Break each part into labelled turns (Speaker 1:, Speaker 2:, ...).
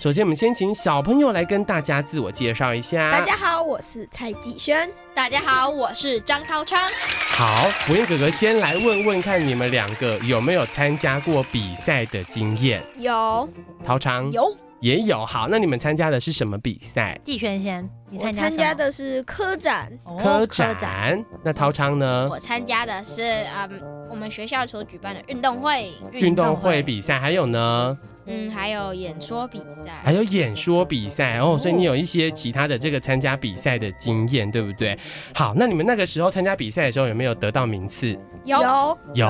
Speaker 1: 首先，我们先请小朋友来跟大家自我介绍一下。
Speaker 2: 大家好，我是蔡继轩。
Speaker 3: 大家好，我是张涛昌。
Speaker 1: 好，博彦哥哥先来问问看你们两个有没有参加过比赛的经验？
Speaker 2: 有
Speaker 1: 陶昌
Speaker 2: 有，
Speaker 1: 也有。好，那你们参加的是什么比赛？
Speaker 4: 季轩先，你
Speaker 2: 我
Speaker 4: 参加
Speaker 2: 参
Speaker 4: 什
Speaker 2: 加
Speaker 4: 么
Speaker 2: 的是科展，
Speaker 4: 哦
Speaker 1: 科展。哦那陶昌呢？
Speaker 3: 我参加的是嗯我们学校所举办的运动会，
Speaker 1: 运动会比赛，还有呢，
Speaker 3: 嗯，还有演说比赛。
Speaker 1: 还有演说比赛哦。所以你有一些其他的这个参加比赛的经验，对不对？好，那你们那个时候参加比赛的时候有没有得到名次？
Speaker 2: 有
Speaker 1: 有。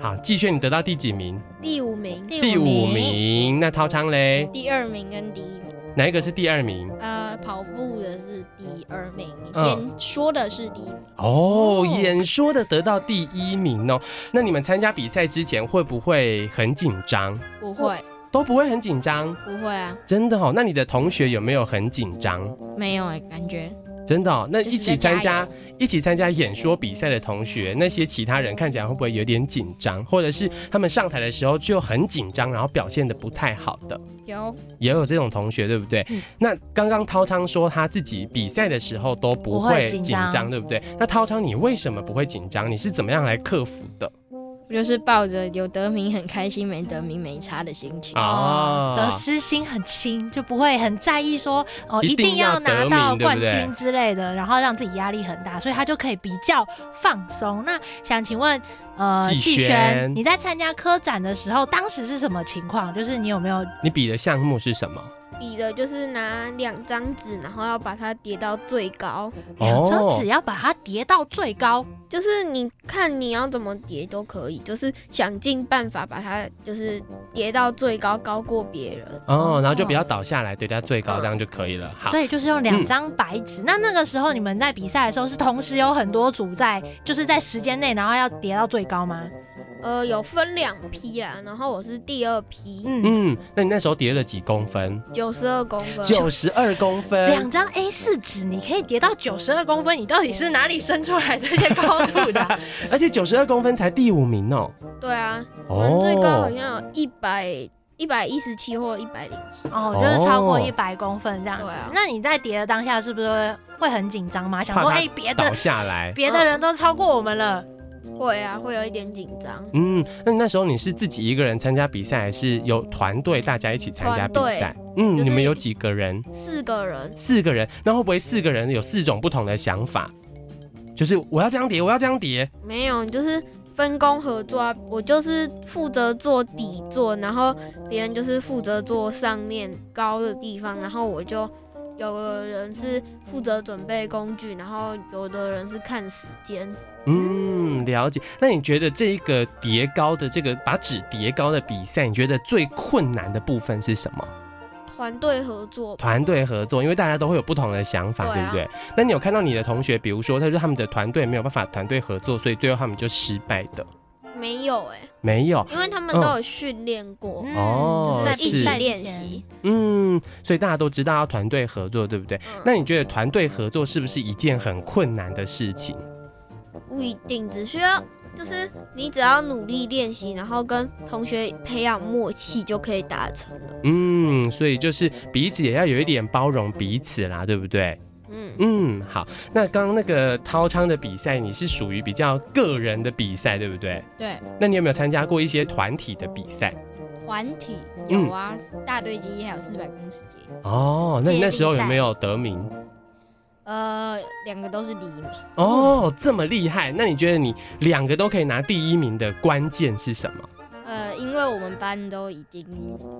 Speaker 1: 好，季轩，你得到第几名？
Speaker 2: 第五名，
Speaker 1: 第五。名。那陶昌嘞？
Speaker 3: 第二名跟第一名，
Speaker 1: 哪一个是第二名？
Speaker 3: 呃，跑步的是第二名，
Speaker 1: 嗯
Speaker 3: 演说的是第一名。
Speaker 1: 哦，演说的得到第一名哦。那你们参加比赛之前会不会很紧张？
Speaker 3: 不会，
Speaker 1: 都不会很紧张，
Speaker 3: 不会啊，
Speaker 1: 真的哦。那你的同学有没有很紧张？
Speaker 3: 没有哎，感觉
Speaker 1: 真的哦。那
Speaker 3: 就
Speaker 1: 一
Speaker 3: 是
Speaker 1: 起
Speaker 3: 在
Speaker 1: 参
Speaker 3: 加
Speaker 1: 加
Speaker 3: 油
Speaker 1: 一起参加演说比赛的同学，那些其他人看起来会不会有点紧张，或者是他们上台的时候就很紧张，然后表现的不太好的？
Speaker 3: 有
Speaker 1: 也有这种同学，对不对？那刚刚涛昌说他自己比赛的时候都不
Speaker 4: 不
Speaker 1: 会
Speaker 4: 会
Speaker 1: 紧
Speaker 4: 紧
Speaker 1: 张，
Speaker 4: 张
Speaker 1: 对不对？那涛昌，你为什么不会紧张？你是怎么样来克服的？
Speaker 3: 我就是抱着有得名很开心，没得名没差的心情。
Speaker 1: 哦
Speaker 4: 哦，得失心很轻，就不会很在意说哦
Speaker 1: 一
Speaker 4: 一
Speaker 1: 定
Speaker 4: 定
Speaker 1: 要
Speaker 4: 要
Speaker 1: 得
Speaker 4: 拿
Speaker 1: 名
Speaker 4: 到
Speaker 1: 对
Speaker 4: 冠
Speaker 1: 不对
Speaker 4: 军之类的，然后让自己压力很大，所以他就可以比较放松。那想请问，呃，
Speaker 1: 季
Speaker 4: 季
Speaker 1: 轩
Speaker 4: 轩，你在参加科展的时候，当时是什么情况？就是你有没有
Speaker 1: 你比的项目是什么？
Speaker 2: 比的就是拿两张纸，然后要把它叠到最高，
Speaker 4: 两张
Speaker 1: 哦
Speaker 4: 纸要把它叠到最高？
Speaker 2: 就是你看你要怎么叠都可以，就是想尽办法把它就是叠到最高，高过别人。
Speaker 1: 哦，然后就不要倒下来，对它最高，这样就可以了。好
Speaker 4: 所，以就是用两张白纸。那那个时候你们在比赛的时候是同时有很多组在，就是在时间内，然后要叠到最高吗？
Speaker 2: 呃，有分两批啦，然后我是第二批，
Speaker 4: 嗯，
Speaker 1: 嗯，那你那时候叠了几公分？
Speaker 2: 九十二公分。
Speaker 1: 九十二公分
Speaker 4: 两。张 A 四纸你可以叠到九十二公分，你到底是哪里生出来这些高度的 啊？
Speaker 1: 而且九十二公分才第五名哦。
Speaker 2: 对啊，我们最高好
Speaker 1: 哦，
Speaker 2: 像有一百一百一十七或一百零七。
Speaker 4: 哦，就是超过
Speaker 1: 哦
Speaker 4: 一百公分这样子
Speaker 2: 对啊。
Speaker 4: 那你在叠的当下是不是会很紧张吗？想
Speaker 1: 怕
Speaker 4: 说
Speaker 1: 它
Speaker 4: 哎，别
Speaker 1: 哦倒
Speaker 4: 的
Speaker 1: 下来。
Speaker 4: 别的人都超过我们了，
Speaker 2: 会啊，会有一点紧张。
Speaker 1: 嗯，那你那时候你是自己一个人参加比赛，还是有团队大家一起参加比赛？嗯，
Speaker 2: 就是
Speaker 1: 你们有几个人？
Speaker 2: 四个人，
Speaker 1: 四个人，那会不会四个人有四种不同的想法？就是我要这样叠，我要这样叠。
Speaker 2: 没有，就是分工合作啊。我就是负责做底座，然后别人就是负责做上面高的地方，然后我就有的人是负责准备工具，然后有的人是看时间。
Speaker 1: 嗯，了解。那你觉得这一个叠高的这个把纸叠高的比赛，你觉得最困难的部分是什么？
Speaker 2: 团队合作，
Speaker 1: 团队合作，因为大家都会有不同的想法，对
Speaker 2: 对啊
Speaker 1: 不对？那你有看到你的同学，比如说他说他们的团队没有办法团队合作，所以最后他们就失败的，
Speaker 2: 没有哎、
Speaker 1: 没有。
Speaker 2: 因为他们
Speaker 1: 嗯
Speaker 2: 都有训练过，
Speaker 4: 哦嗯
Speaker 1: 哦
Speaker 4: 就是
Speaker 2: 在
Speaker 4: 在
Speaker 2: 一
Speaker 4: 比
Speaker 2: 起
Speaker 4: 赛之
Speaker 2: 练
Speaker 4: 前
Speaker 2: 习。。
Speaker 1: 嗯，所以大家都知道要团队合作，对不对？
Speaker 2: 嗯
Speaker 1: 那你觉得团队合作是不是一件很困难的事情？
Speaker 2: 不一定，只需要就是你只要努力练习，然后跟同学培养默契就可以达成了。
Speaker 1: 嗯，所以就是彼此也要有一点包容彼此啦，对不对？
Speaker 2: 嗯，
Speaker 1: 嗯，好。那刚刚那个涛昌的比赛，你是属于比较个人的比赛，对不对？
Speaker 3: 对，
Speaker 1: 那你有没有参加过一些团体的比赛？
Speaker 3: 团体
Speaker 1: 嗯
Speaker 3: 有啊，大队接力还有四百公尺接力，
Speaker 1: 哦，那你那时候
Speaker 4: 接力
Speaker 1: 有
Speaker 4: 赛
Speaker 1: 没有得名？
Speaker 3: 呃，两个都是第一名。
Speaker 1: 哦，这么厉害！那你觉得你两个都可以拿第一名的关键是什么？
Speaker 3: 呃，因为我们班都已经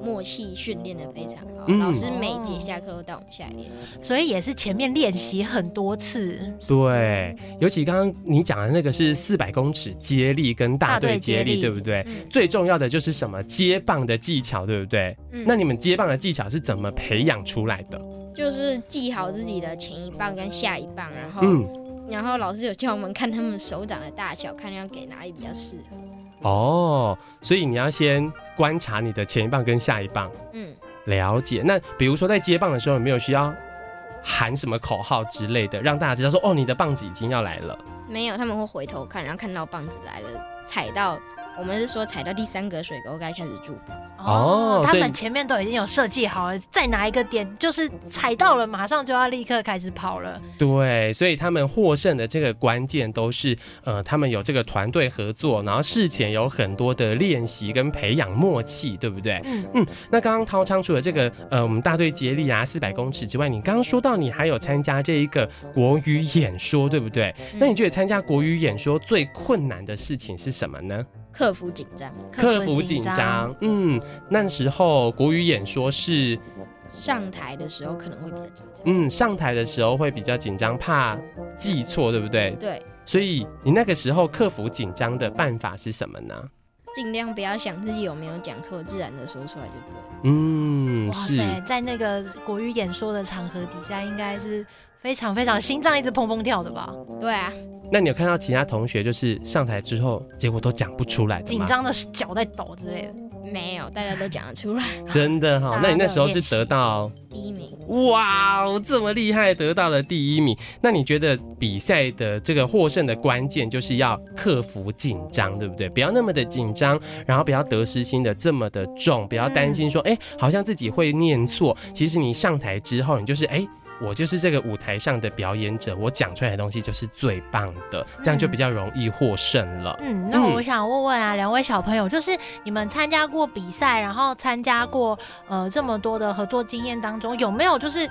Speaker 3: 默契训练的非常好，
Speaker 1: 嗯
Speaker 3: 老师每节下课都带我们下来练习。
Speaker 4: 所以也是前面练习很多次，
Speaker 1: 对，尤其刚刚你讲的那个是四百公尺接力跟大队接力，
Speaker 4: 大队接力
Speaker 1: 对不对？
Speaker 3: 嗯
Speaker 1: 最重要的就是什么接棒的技巧，对不对？
Speaker 3: 嗯
Speaker 1: 那你们接棒的技巧是怎么培养出来的？
Speaker 3: 就是记好自己的前一棒跟下一棒，然后、
Speaker 1: 嗯，
Speaker 3: 然后老师有叫我们看他们手掌的大小，看要给哪里比较适合。
Speaker 1: 哦，所以你要先观察你的前一棒跟下一棒，
Speaker 3: 嗯，
Speaker 1: 了解。那比如说在接棒的时候，有没有需要喊什么口号之类的，让大家知道说，哦，你的棒子已经要来了。
Speaker 3: 没有，他们会回头看，然后看到棒子来了，踩到。我们是说踩到第三格水沟该开始助跑。
Speaker 1: 哦
Speaker 4: 他
Speaker 1: 所以
Speaker 4: 们前面都已经有设计好了，在哪一个点就是踩到了，马上就要立刻开始跑了。
Speaker 1: 对，所以他们获胜的这个关键都是，呃，他们有这个团队合作，然后事前有很多的练习跟培养默契，对不对？
Speaker 4: 嗯
Speaker 1: 嗯。那刚刚涛昌除了这个，呃，我们大队接力啊，四百公尺之外，你刚刚说到你还有参加这一个国语演说，对不对？那你觉得参加国语演说最困难的事情是什么呢？
Speaker 3: 克服紧张，
Speaker 1: 克服紧张。嗯，那时候国语演说是，
Speaker 3: 上台的时候可能会比较紧张。
Speaker 1: 嗯，上台的时候会比较紧张，怕记错，对不对？
Speaker 3: 对，
Speaker 1: 所以你那个时候克服紧张的办法是什么呢？
Speaker 3: 尽量不要想自己有没有讲错，自然的说出来就对了。
Speaker 1: 嗯，
Speaker 4: 哇
Speaker 1: 是
Speaker 4: 塞，在那个国语演说的场合底下，应该是非常非常心脏一直砰砰跳的吧？
Speaker 3: 对啊，
Speaker 1: 那你有看到其他同学就是上台之后结果都讲不出来的
Speaker 4: 紧
Speaker 1: 吗？
Speaker 4: 张的脚在抖之类的。
Speaker 3: 没有，大家都讲得出来。
Speaker 1: 真的 哈、
Speaker 4: 大家
Speaker 1: 那你那时候
Speaker 4: 都有
Speaker 1: 是
Speaker 4: 练习
Speaker 1: 得到
Speaker 3: 第一名，
Speaker 1: 哇哦这么厉害，得到了第一名。那你觉得比赛的这个获胜的关键就是要克服紧张，对不对？不要那么的紧张，然后不要得失心的这么的重，不要担心说，哎、好像自己会念错。其实你上台之后，你就是哎。我就是这个舞台上的表演者，我讲出来的东西就是最棒的，这样就比较容易获胜了。
Speaker 4: 嗯，那我想问问啊，两位小朋友，就是你们参加过比赛，然后参加过呃这么多的合作经验当中，有没有就是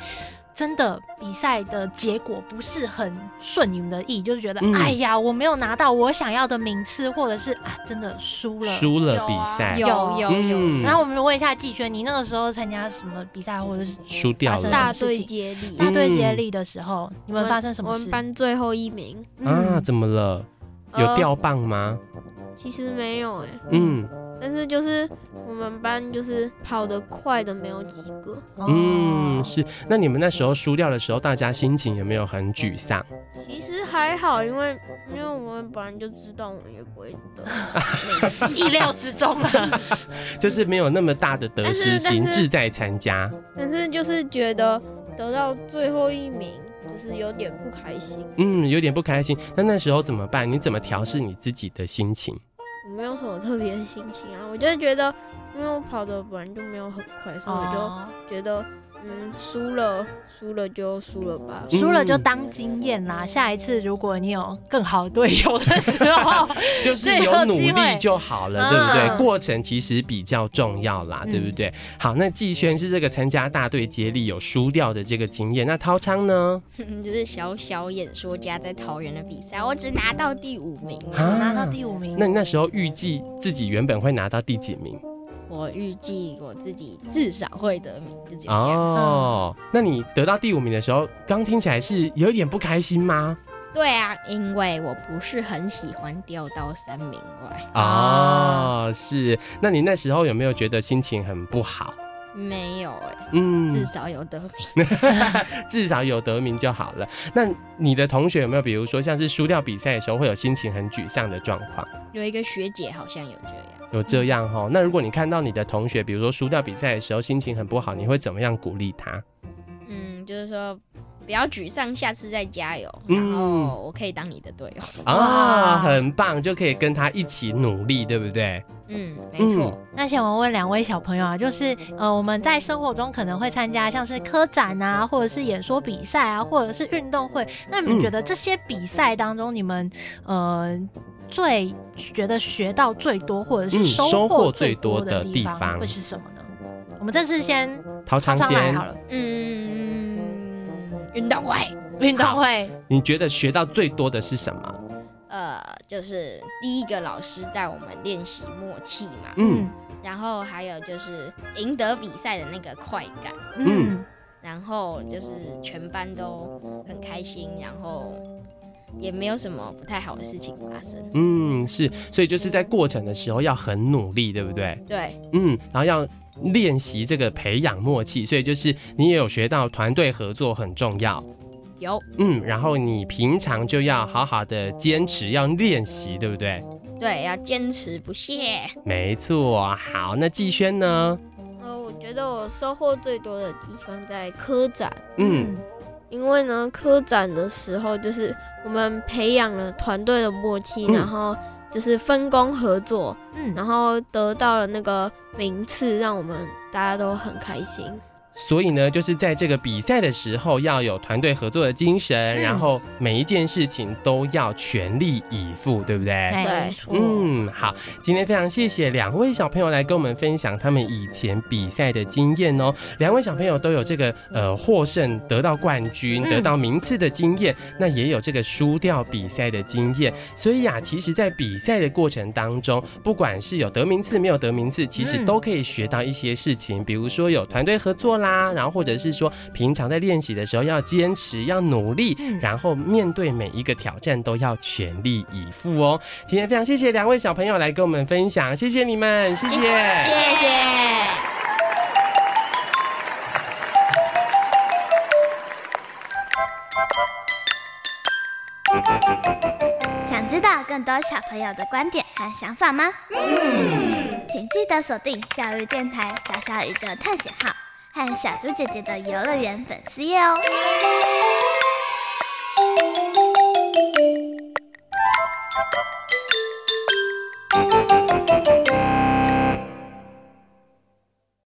Speaker 4: 真的比赛的结果不是很顺你们的意，就是觉得、
Speaker 1: 嗯
Speaker 4: 哎呀，我没有拿到我想要的名次，或者是啊真的输了。
Speaker 1: 输了比
Speaker 2: 有啊
Speaker 1: 赛，
Speaker 3: 有有有，
Speaker 1: 嗯
Speaker 4: 然后我们问一下季轩，你那个时候参加什么比赛，或者是
Speaker 1: 输掉
Speaker 4: 发
Speaker 1: 了
Speaker 4: 生了
Speaker 3: 大队接力，
Speaker 4: 大
Speaker 1: 嗯
Speaker 4: 队接力的时候，你嗯们发生什么
Speaker 2: 我
Speaker 4: 事
Speaker 2: 们？班最后一名，呃
Speaker 1: 啊？
Speaker 4: 嗯，
Speaker 1: 怎么了？
Speaker 2: 嗯
Speaker 1: 有掉棒吗？
Speaker 2: 其实没有哎、
Speaker 1: 嗯，
Speaker 2: 但是就是我们班就是跑得快的没有几个，
Speaker 1: 嗯，
Speaker 4: 哦
Speaker 1: 是。那你们那时候输掉的时候，大家心情有没有很沮丧？
Speaker 2: 其实还好，因为因为我们本来就知道我们也不会 得，
Speaker 4: 意料之 中了。
Speaker 1: 就是没有那么大的得失
Speaker 2: 但
Speaker 1: 心，
Speaker 2: 是但是
Speaker 1: 志在参加。
Speaker 2: 但是就是觉得得到最后一名就是有点不开心，
Speaker 1: 嗯，有点不开心。那那时候怎么办？你怎么调试你自己的心情？
Speaker 2: 我没有什么特别的心情啊，我就觉得因为我跑得本来就没有很快，所以我
Speaker 4: 哦
Speaker 2: 就觉得嗯输了输了就输了吧，
Speaker 1: 嗯
Speaker 4: 输了就当经验啦。下一次如果你有更好的队友的时
Speaker 1: 啊
Speaker 4: 候，
Speaker 1: 就是
Speaker 4: 对
Speaker 1: 有
Speaker 4: 有
Speaker 1: 努
Speaker 4: 机
Speaker 1: 力
Speaker 4: 会
Speaker 1: 就好了，对不对？
Speaker 4: 嗯
Speaker 1: 过程其实比较重要啦，
Speaker 2: 嗯
Speaker 1: 对不对？好，那季轩是这个参加大队接力有输掉的这个经验，那涛昌呢？
Speaker 3: 就是小小演说家在桃园的比赛，我只拿到第五名。啊
Speaker 4: 拿到第五名，
Speaker 1: 那你那时候预计自己原本会拿到第几名？
Speaker 3: 我预计我自己至少会得名，就这样。
Speaker 4: 嗯
Speaker 1: 哦，那你得到第五名的时候，刚听起来是有一点不开心吗？
Speaker 3: 对啊，因为我不是很喜欢掉到三名外，
Speaker 4: 啊
Speaker 1: 哦，是。那你那时候有没有觉得心情很不好？
Speaker 3: 没有哎、
Speaker 1: 嗯，
Speaker 3: 至少有得名。
Speaker 1: 至少有得名就好了。那你的同学有没有，比如说像是输掉比赛的时候，会有心情很沮丧的状况？
Speaker 3: 有一个学姐好像有这样，
Speaker 1: 有这样哈？那如果你看到你的同学，比如说输掉比赛的时候，心情很不好，你会怎么样鼓励他？
Speaker 3: 嗯，就是说不要沮丧，下次再加油。
Speaker 1: 嗯
Speaker 3: 然后我可以当你的队友。
Speaker 1: 啊，
Speaker 4: 哇
Speaker 1: 很棒，就可以跟他一起努力，对不对？
Speaker 3: 嗯，没错。
Speaker 4: 那想问问两位小朋友啊，就是呃，我们在生活中可能会参加像是科展啊，或者是演说比赛啊，或者是运动会。那你
Speaker 1: 嗯
Speaker 4: 们觉得这些比赛当中，你们呃最觉得学到最多，或者
Speaker 1: 嗯
Speaker 4: 是
Speaker 1: 收
Speaker 4: 收
Speaker 1: 获
Speaker 4: 获
Speaker 1: 最
Speaker 4: 最
Speaker 1: 多
Speaker 4: 多
Speaker 1: 的
Speaker 4: 的
Speaker 1: 地
Speaker 4: 地
Speaker 1: 方
Speaker 4: 方会是什么呢？我们这次先
Speaker 1: 陶
Speaker 4: 插
Speaker 1: 昌
Speaker 4: 上来
Speaker 1: 先
Speaker 4: 好，了，
Speaker 3: 嗯，运动会。
Speaker 4: 运动会。
Speaker 1: 你觉得学到最多的是什么？
Speaker 3: 呃，就是第一个老师带我们练习默契嘛，
Speaker 1: 嗯，
Speaker 3: 然后还有就是赢得比赛的那个快感，
Speaker 4: 嗯
Speaker 3: 然后就是全班都很开心，然后也没有什么不太好的事情发生。
Speaker 1: 嗯，是，所以就是在过程的时候要很努力，对不对？
Speaker 3: 对
Speaker 1: 嗯，然后要练习这个培养默契，所以就是你也有学到团队合作很重要。
Speaker 3: 有
Speaker 1: 嗯，然后你平常就要好好的坚持，要练习，对不对？
Speaker 3: 对，要坚持不懈。
Speaker 1: 没错。好，那季轩呢？
Speaker 2: 呃，我觉得我收获最多的地方在科展，
Speaker 1: 嗯，
Speaker 2: 因为呢，科展的时候就是我们培养了团队的默契，
Speaker 1: 嗯
Speaker 2: 然后就是分工合作，
Speaker 4: 嗯
Speaker 2: 然后得到了那个名次，让我们大家都很开心。
Speaker 1: 所以呢，就是在这个比赛的时候要有团队合作的精神，然后每一件事情都要全力以赴，对不对？
Speaker 4: 哎没
Speaker 2: 对
Speaker 4: 错，
Speaker 1: 嗯，好，今天非常谢谢两位小朋友来跟我们分享他们以前比赛的经验哦。两位小朋友都有这个呃获胜、得到冠军、
Speaker 4: 嗯
Speaker 1: 得到名次的经验，那也有这个输掉比赛的经验。所以呀、其实，在比赛的过程当中，不管是有得名次没有得名次，其实
Speaker 4: 嗯
Speaker 1: 都可以学到一些事情，比如说有团队合作啦，然后或者是说平常在练习的时候要坚持、要努力，
Speaker 4: 嗯
Speaker 1: 然后面对每一个挑战都要全力以赴哦。今天非常谢谢两位小朋友来跟我们分享，谢谢你们，谢谢。
Speaker 3: 谢谢。
Speaker 5: 想知道更多小朋友的观点和想法吗？请记得锁定教育电台《小小宇宙探险号》和小猪姐姐的游乐园粉丝页哦。